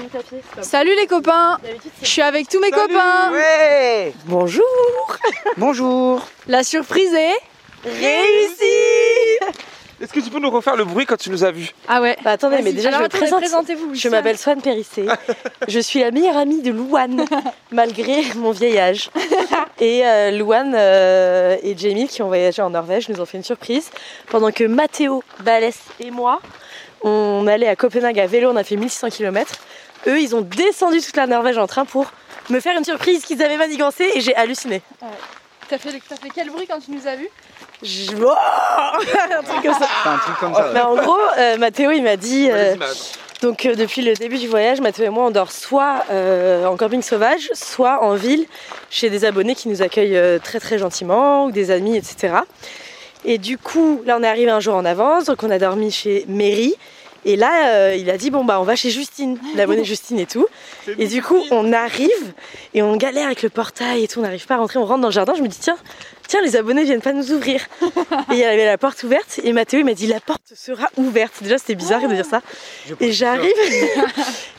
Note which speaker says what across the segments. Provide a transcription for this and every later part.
Speaker 1: tapis. c'est pas bon.
Speaker 2: Salut les copains
Speaker 1: D'habitude,
Speaker 2: Je
Speaker 1: c'est
Speaker 2: suis avec tous mes
Speaker 3: Salut
Speaker 2: copains
Speaker 3: Ouais
Speaker 2: Bonjour
Speaker 3: Bonjour
Speaker 2: La surprise est...
Speaker 3: Réussi Est-ce que tu peux nous refaire le bruit quand tu nous as vus
Speaker 2: Ah ouais
Speaker 1: Bah, attendez,
Speaker 2: Vas-y.
Speaker 1: mais déjà,
Speaker 2: Alors,
Speaker 1: je me
Speaker 2: attendez,
Speaker 1: présente.
Speaker 2: présentez-vous.
Speaker 1: Je m'appelle Swan Périssé. je suis la meilleure amie de Louane, malgré mon vieil âge. Et euh, Louane euh, et Jamie, qui ont voyagé en Norvège, nous ont fait une surprise. Pendant que Mathéo, Balès et moi, on allait à Copenhague à vélo, on a fait 1600 km. Eux, ils ont descendu toute la Norvège en train pour me faire une surprise qu'ils avaient manigancée et j'ai halluciné.
Speaker 2: T'as fait, t'as fait quel bruit quand tu nous as vus
Speaker 1: Je... Oh un truc comme ça.
Speaker 4: Enfin, un truc comme ça.
Speaker 1: Mais en gros, euh, Mathéo, il m'a dit.
Speaker 3: On voit
Speaker 1: euh,
Speaker 3: les images.
Speaker 1: Donc euh, depuis le début du voyage, Mathieu et moi on dort soit euh, en camping sauvage, soit en ville chez des abonnés qui nous accueillent euh, très très gentiment ou des amis, etc. Et du coup, là on est arrivé un jour en avance, donc on a dormi chez Mary. Et là, euh, il a dit bon bah on va chez Justine, l'abonnée Justine et tout.
Speaker 3: C'est
Speaker 1: Et
Speaker 3: nous,
Speaker 1: du coup,
Speaker 3: Justine.
Speaker 1: on arrive et on galère avec le portail et tout, on n'arrive pas à rentrer, on rentre dans le jardin, je me dis tiens, tiens les abonnés viennent pas nous ouvrir. et il y avait la porte ouverte et Mathéo il m'a dit la porte sera ouverte. Déjà c'était bizarre de dire ça. Et j'arrive,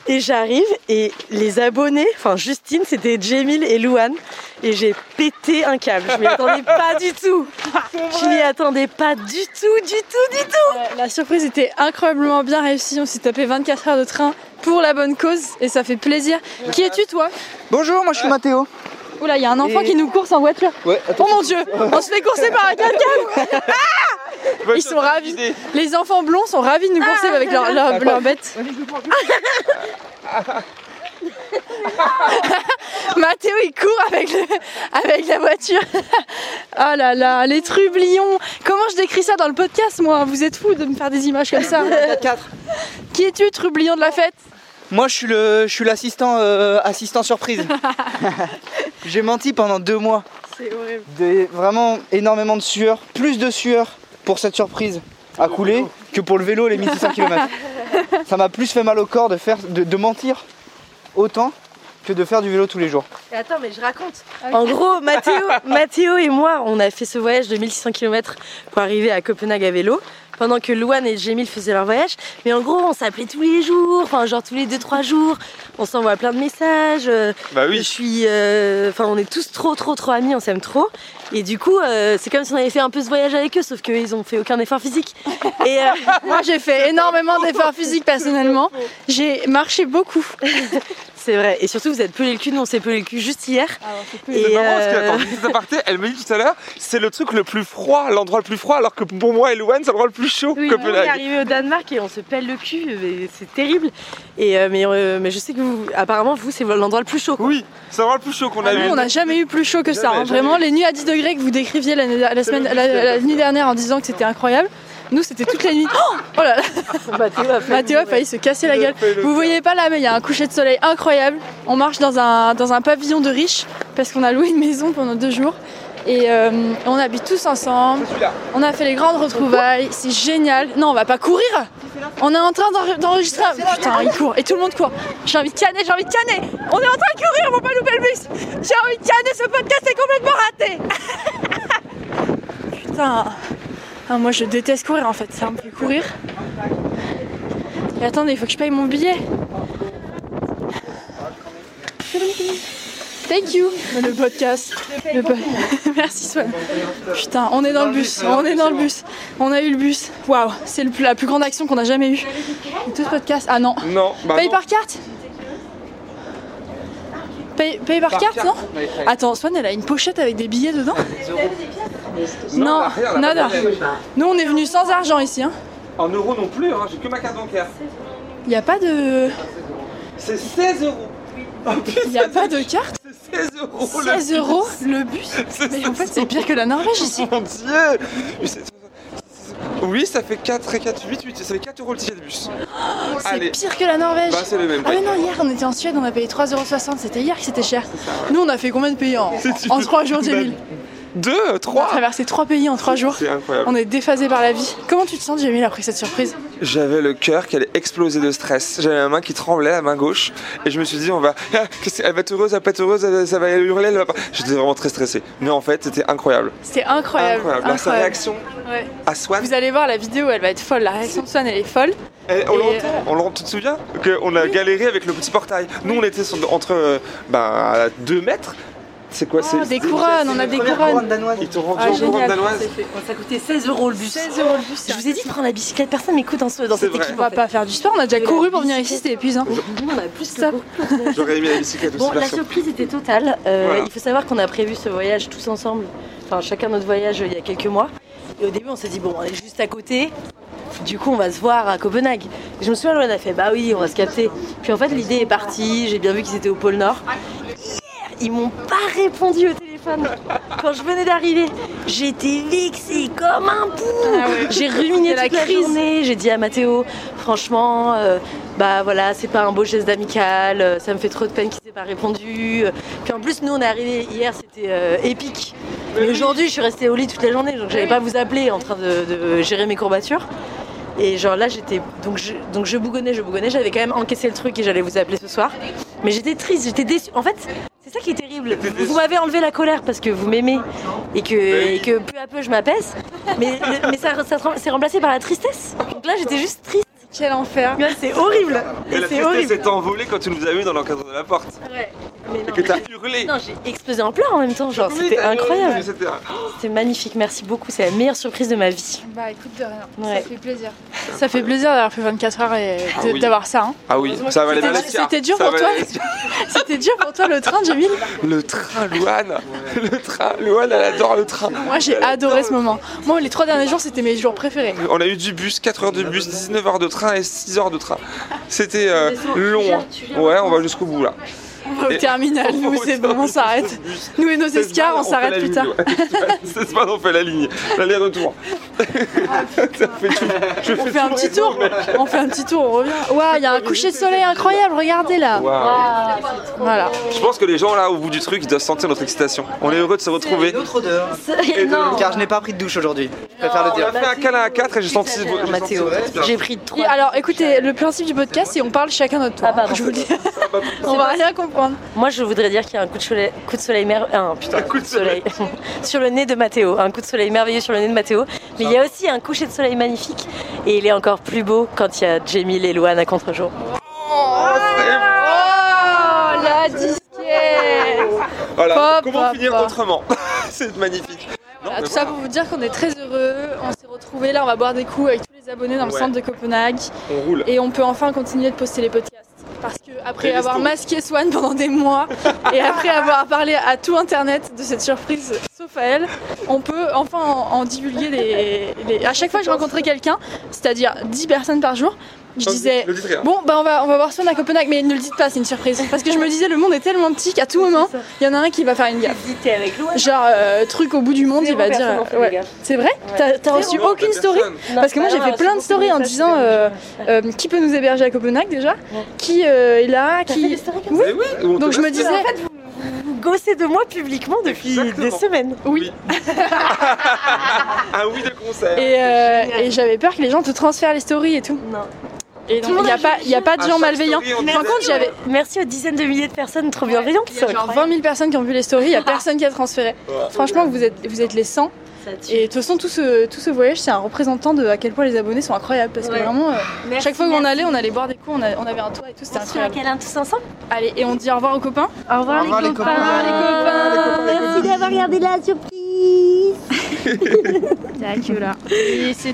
Speaker 1: et j'arrive, et les abonnés, enfin Justine, c'était Jamil et Louane, et j'ai pété un câble. Je m'y attendais pas du tout. Je m'y attendais pas du tout, du tout, du tout.
Speaker 2: Euh, La surprise était incroyablement bien réussie. On s'est tapé 24 heures de train pour la bonne cause et ça fait plaisir. Qui es-tu toi Euh,
Speaker 4: Bonjour, moi je suis Mathéo.
Speaker 2: Oula, il y a un enfant
Speaker 1: Et-
Speaker 2: qui nous course en voiture.
Speaker 4: Ouais,
Speaker 2: Oh mon dieu On se fait courser par un caca
Speaker 3: Bonne
Speaker 2: ils
Speaker 3: chose
Speaker 2: sont
Speaker 3: de
Speaker 2: ravis.
Speaker 3: l'idée.
Speaker 2: Les enfants blonds sont ravis de nous courser avec leur, leur, leur bête. Mathéo il court avec, le- avec la voiture. Ah là là, les trublions. Comment je décris ça dans le podcast moi Vous êtes fous de me faire des images comme ça. Qui es-tu, trublion de la fête
Speaker 4: Moi je suis le, je suis l'assistant, euh, assistant surprise. J'ai menti pendant deux mois.
Speaker 2: C'est horrible.
Speaker 4: Des- vraiment énormément de sueur, plus de sueur pour cette surprise à couler que pour le vélo les 1600 km. Ça m'a plus fait mal au corps de faire, de, de mentir autant que de faire du vélo tous les jours.
Speaker 1: Et attends, mais je raconte. En gros, Mathéo, Mathéo et moi, on a fait ce voyage de 1600 km pour arriver à Copenhague à vélo. Pendant que Louane et Jamil faisaient leur voyage. Mais en gros, on s'appelait tous les jours, enfin, genre tous les 2-3 jours. On s'envoie plein de messages. euh,
Speaker 3: Bah
Speaker 1: Je
Speaker 3: oui,
Speaker 1: suis. euh, Enfin, on est tous trop, trop, trop amis, on s'aime trop. Et du coup, euh, c'est comme si on avait fait un peu ce voyage avec eux, sauf qu'ils ont fait aucun effort physique. Et euh,
Speaker 2: Moi j'ai fait énormément d'efforts physiques personnellement. J'ai marché beaucoup.
Speaker 1: c'est vrai. Et surtout, vous êtes pelé le cul, nous on s'est pelé le cul juste hier.
Speaker 3: c'est
Speaker 1: Et,
Speaker 3: marrant parce que,
Speaker 1: euh,
Speaker 3: attends, petite aparté, elle me dit tout à l'heure, c'est le truc le plus froid, l'endroit le plus froid, alors que pour moi et Louane, c'est l'endroit le plus chaud.
Speaker 1: Oui, on est
Speaker 3: Copenhague.
Speaker 1: arrivé au Danemark et on se pèle le cul, mais c'est terrible. Et euh, mais, euh, mais je sais que vous, apparemment, vous, c'est l'endroit le plus chaud. quoi.
Speaker 3: Oui, c'est l'endroit le plus chaud qu'on
Speaker 2: Ah
Speaker 3: a
Speaker 2: non,
Speaker 3: eu.
Speaker 2: on n'a jamais eu plus chaud que ça.
Speaker 3: Jamais,
Speaker 2: hein.
Speaker 3: jamais
Speaker 2: Vraiment, les nuits à 10 degrés que vous décriviez l'année- la, semaine, la, la nuit dernière en disant que c'était incroyable. Nous, c'était toute la nuit.
Speaker 3: Ah,
Speaker 2: Oh, Oh là là,
Speaker 1: Mathéo a fait-
Speaker 2: Mathéo a failli se casser
Speaker 3: Euh,
Speaker 2: la gueule.
Speaker 3: Fais-le.
Speaker 2: Vous voyez pas là, mais il y a un coucher de soleil incroyable. On marche dans un, dans un pavillon de riches parce qu'on a loué une maison pendant deux jours. Et euh, on habite tous ensemble.
Speaker 3: Celui-là.
Speaker 2: On a fait les grandes retrouvailles. C'est génial. Non, on va pas courir. On est en train d'en- d'enregistrer. un- Putain, il court. Et tout le monde court. J'ai envie de canner, j'ai envie de canner. On est en train de courir, on va pas louper le bus. J'ai envie de canner, ce podcast est complètement raté. Putain. Ah, moi, je déteste courir en fait. Ça me fait courir. Et attendez, il faut que je paye mon billet. Thank you. Le podcast. Le po- Merci Swan. Putain, on est dans le bus. On est dans le bus. On a eu le bus. Waouh, c'est le plus- la plus grande action qu'on a jamais eue. De Tout ce podcast. Ah non.
Speaker 3: Non, bah
Speaker 2: Paye
Speaker 3: non.
Speaker 2: par carte Paye, paye par, carte, non
Speaker 3: Ouais, ouais.
Speaker 2: Attends, Swan, elle a une pochette avec des billets dedans Ah, Non,
Speaker 3: bah, rien, là,
Speaker 2: nada.
Speaker 3: pas de problème.
Speaker 2: Nous, on est venus sans argent ici. hein. Il
Speaker 3: En euros non plus, hein, j'ai que ma carte bancaire.
Speaker 2: n'y a pas de...
Speaker 3: C'est 16 euros. Oh putain,
Speaker 2: Y a pas de carte
Speaker 3: c'est 16 euros. le
Speaker 2: 16
Speaker 3: bus.
Speaker 2: euros le bus
Speaker 3: C'est
Speaker 2: Mais en
Speaker 3: 16
Speaker 2: fait, c'est pire que la Norvège ici.
Speaker 3: Mon dieu Mais c'est- Oui, ça fait 4 et 4, 8, 8, ça fait 4 euros le ticket de bus.
Speaker 2: Oh, C'est
Speaker 3: Allez.
Speaker 2: pire que la Norvège.
Speaker 3: Bah, c'est le même
Speaker 2: Ah mais
Speaker 3: prix.
Speaker 2: non, hier on était en Suède, on a payé 3,60€, c'était hier que c'était cher. Nous on a fait combien de pays en,
Speaker 3: C'est
Speaker 2: en
Speaker 3: une
Speaker 2: 3 jours,
Speaker 3: blague.
Speaker 2: Jamil
Speaker 3: Deux,
Speaker 2: On a
Speaker 3: trois
Speaker 2: traversé 3 pays en 3 jours.
Speaker 3: C'est incroyable.
Speaker 2: On est déphasé par la vie. Comment tu te sens, Jamil, après cette surprise
Speaker 3: J'avais le cœur qui allait exploser de stress. J'avais la main qui tremblait, la main gauche. Et je me suis dit, on va. Ah, qu'est-ce que- elle va être heureuse, elle va pas être heureuse, elle- ça va hurler, elle va pas. J'étais vraiment très stressé. Mais en fait, c'était incroyable.
Speaker 2: C'était incroyable.
Speaker 3: Là, sa
Speaker 2: incroyable.
Speaker 3: réaction
Speaker 2: Ouais.
Speaker 3: à Swan.
Speaker 2: Vous allez voir la vidéo, elle va être folle. La réaction de Swan, elle est folle.
Speaker 3: Eh, on
Speaker 2: Et,
Speaker 3: l'entend, on l'entend, tu te souviens Qu'on a galéré avec le petit portail. Nous, on était sur- entre euh, ben, 2 mètres. C'est quoi c'est-
Speaker 2: Ah, des couronnes, on a des couronnes.
Speaker 3: Ils t'ont rendu
Speaker 2: Ah,
Speaker 3: en couronne
Speaker 2: génial.
Speaker 3: danoise.
Speaker 1: Ça coûtait 16 euros le bus.
Speaker 2: 16 euros le bus. hein.
Speaker 1: Je vous ai dit de prendre la bicyclette, personne m'écoute dans, ce, dans
Speaker 3: C'est
Speaker 1: cette
Speaker 3: vrai.
Speaker 2: On
Speaker 1: équipe. en
Speaker 2: va
Speaker 1: fait.
Speaker 2: pas faire du sport, on a déjà
Speaker 1: La
Speaker 2: couru pour venir ici,
Speaker 1: bicyclette.
Speaker 2: c'était épuisant.
Speaker 1: Nous, on a plus que
Speaker 2: Ça-
Speaker 1: beaucoup.
Speaker 3: J'aurais aimé la bicyclette aussi.
Speaker 1: Bon, la
Speaker 3: perso.
Speaker 1: surprise était totale. Euh,
Speaker 3: Voilà.
Speaker 1: Il faut savoir qu'on a prévu ce voyage tous ensemble, enfin chacun notre voyage euh, il y a quelques mois. Et au début, on s'est dit, bon, on est juste à côté. Du coup, on va se voir à Copenhague. Et je me souviens, Loan a fait, bah oui, on va se capter. Puis en fait, l'idée est partie. J'ai bien vu qu'ils étaient au pôle Nord. Hier, ils m'ont pas répondu au téléphone quand je venais d'arriver. J'étais vexée comme un pou. J'ai ruminé
Speaker 2: C'était la
Speaker 1: toute la
Speaker 2: crise.
Speaker 1: journée. J'ai dit à Mathéo, franchement, euh, bah voilà, c'est pas un beau geste d'amical. euh, ça me fait trop de peine qu'ils aient pas répondu. Euh, Puis en plus, nous, on est arrivés hier, c'était euh, épique. Mais aujourd'hui, je suis restée au lit toute la journée, donc j'allais pas vous appeler en train de, de gérer mes courbatures. Et genre là, j'étais donc je, donc je bougonnais, je bougonnais. J'avais quand même encaissé le truc et j'allais vous appeler ce soir. Mais j'étais triste, j'étais déçue. En fait, c'est ça qui est terrible. Vous- Vous m'avez enlevé la colère parce que vous m'aimez et que, et que peu à peu je m'apaise. Mais, le- mais ça, ça se- c'est remplacé par la tristesse. Donc là, j'étais juste triste.
Speaker 2: Quel enfer.
Speaker 1: Là, C'est horrible.
Speaker 3: Et la
Speaker 1: C'est
Speaker 3: tristesse
Speaker 1: horrible.
Speaker 3: s'est envolée quand tu nous as eu dans l'encadre de la porte.
Speaker 1: Mais non,
Speaker 3: Et que t'as
Speaker 1: mais-
Speaker 3: hurlé.
Speaker 1: non, j'ai explosé en pleurs en même temps. Genre,
Speaker 3: Oui,
Speaker 1: c'était
Speaker 3: t'as hurlé,
Speaker 1: incroyable.
Speaker 3: c'était-
Speaker 1: C'était magnifique. Merci beaucoup. C'est la meilleure surprise de ma vie.
Speaker 2: Bah écoute de rien,
Speaker 1: Ouais.
Speaker 2: ça fait plaisir. Ça fait plaisir d'avoir fait 24 heures et de-
Speaker 3: Ah oui.
Speaker 2: d'avoir ça. hein.
Speaker 3: Ah oui, ça valait
Speaker 2: C'était-
Speaker 3: la lessière.
Speaker 2: c'était dur
Speaker 3: Ça
Speaker 2: pour
Speaker 3: valait
Speaker 2: toi
Speaker 3: la lessière.
Speaker 2: C'était dur pour toi le train, Jamil
Speaker 3: Le train, Louane. Le train, Louane, elle adore le train.
Speaker 2: Moi j'ai adoré ce moment. Moi les trois derniers jours c'était mes jours préférés.
Speaker 3: On a eu du bus, 4 heures de bus, 19 heures de train et 6 heures de train. C'était euh, long. hein. Ouais, on va jusqu'au bout là.
Speaker 2: On va au
Speaker 3: Et-
Speaker 2: terminal, Ah, nous c'est bon, on s'arrête. Nous et nos escars, on s'arrête plus tard.
Speaker 3: C'est pas on fait la ligne. L'aller-retour. Ça fait tout- je
Speaker 2: On
Speaker 3: fais
Speaker 2: fait un
Speaker 3: tout le
Speaker 2: petit
Speaker 3: réseau,
Speaker 2: tour,
Speaker 3: mais-
Speaker 2: on fait un petit tour, on revient. Waouh, il y a un coucher de soleil incroyable, regardez là.
Speaker 3: Waouh.
Speaker 2: Voilà.
Speaker 3: Je pense que les gens là au bout du truc ils doivent sentir notre excitation. On est heureux de se retrouver.
Speaker 4: D'autres odeurs.
Speaker 3: Et de-
Speaker 1: Non. Bah,
Speaker 4: Car je n'ai pas pris de douche aujourd'hui. Je préfère le
Speaker 3: On a
Speaker 4: dire.
Speaker 3: fait un câlin à 4 et j'ai senti. j'ai senti
Speaker 1: Mathéo,
Speaker 3: votre inspiration.
Speaker 1: j'ai pris de
Speaker 2: Et
Speaker 1: trois.
Speaker 2: alors écoutez, le principe du podcast c'est on parle chacun notre tour.
Speaker 1: Ah, pardon.
Speaker 2: Je vous le dis, on va rien comprendre.
Speaker 1: Moi, je voudrais dire qu'il y a un coup de soleil, coup de soleil mer- ah, un putain, coup de soleil sur le nez de Mathéo, un coup de soleil merveilleux sur le nez de Mathéo. Mais il y a aussi un coucher de soleil magnifique, et il est encore plus beau quand il y a Jamie et Loane à contre-jour.
Speaker 2: Oh la disquette
Speaker 3: Voilà,
Speaker 2: Pop,
Speaker 3: comment
Speaker 2: pop,
Speaker 3: finir
Speaker 2: pop.
Speaker 3: autrement C'est magnifique. Non,
Speaker 2: Voilà,
Speaker 3: mais
Speaker 2: tout ça
Speaker 3: voilà.
Speaker 2: pour vous dire qu'on est très heureux, on s'est retrouvés là, on va boire des coups avec tous les abonnés dans le
Speaker 3: Ouais.
Speaker 2: centre de Copenhague
Speaker 3: on roule.
Speaker 2: et on peut enfin continuer de poster les podcasts. Parce que
Speaker 3: Et
Speaker 2: après
Speaker 3: les
Speaker 2: avoir
Speaker 3: stories.
Speaker 2: masqué Swan pendant des mois et après avoir parlé à tout internet de cette surprise sauf à elle, on peut enfin en, en divulguer les, les- À chaque fois que je rencontrais quelqu'un, c'est-à-dire 10 personnes par jour, je disais
Speaker 3: Ne dites rien.
Speaker 2: Bon, bah on va, on va voir Swan à Copenhague, mais ne le dites pas, c'est une surprise. Parce que je me disais, le monde hein est tellement petit qu'à tout moment, il y en a un qui va faire une gaffe.
Speaker 1: avec Loane.
Speaker 2: Genre, euh, truc au bout du monde, il
Speaker 1: bah,
Speaker 2: va dire. euh, ouais. C'est vrai T'as- T'as reçu
Speaker 3: Non,
Speaker 2: aucune
Speaker 3: t'as
Speaker 2: story
Speaker 3: personne.
Speaker 2: Parce que moi j'ai fait plein de stories en disant euh, euh, qui peut nous héberger à Copenhague déjà Qui euh, est là qui...
Speaker 3: Mais oui, on
Speaker 2: Donc
Speaker 3: te
Speaker 2: je me
Speaker 3: laisse
Speaker 2: disais,
Speaker 3: faire.
Speaker 1: Vous gossez de moi publiquement depuis
Speaker 3: Exactement.
Speaker 1: des semaines.
Speaker 2: oui.
Speaker 3: Un oui de concert.
Speaker 2: Et, euh, et j'avais peur que les gens te transfèrent les stories et tout.
Speaker 1: Non.
Speaker 2: Et donc il n'y a, pas- y a pas de
Speaker 3: À
Speaker 2: gens
Speaker 3: chaque
Speaker 2: malveillants.
Speaker 3: story, on
Speaker 2: Par
Speaker 3: disait-
Speaker 2: contre, j'avais
Speaker 1: Merci aux dizaines de milliers de personnes trop bienveillantes.
Speaker 2: il y a genre 20 000 personnes qui ont vu les stories, il n'y a personne qui a transféré.
Speaker 3: Ouais.
Speaker 2: Franchement, vous êtes, vous êtes les 100.
Speaker 1: Ça tue.
Speaker 2: Et de toute façon, tout ce, tout ce voyage, c'est un représentant de à quel point les abonnés sont incroyables. Parce que
Speaker 1: Ouais.
Speaker 2: vraiment, euh,
Speaker 1: Merci,
Speaker 2: chaque fois qu'on
Speaker 1: merci.
Speaker 2: allait, on allait boire des coups, on, a- on avait un toit et tout, c'était
Speaker 1: On se fait un
Speaker 2: incroyable.
Speaker 1: câlin tous ensemble.
Speaker 2: Allez, et on dit au revoir aux copains.
Speaker 1: Au revoir,
Speaker 4: Au revoir, les copains.
Speaker 1: Au revoir, les copains.
Speaker 2: Merci d'avoir regardé la surprise. Tac, là. Et c'est un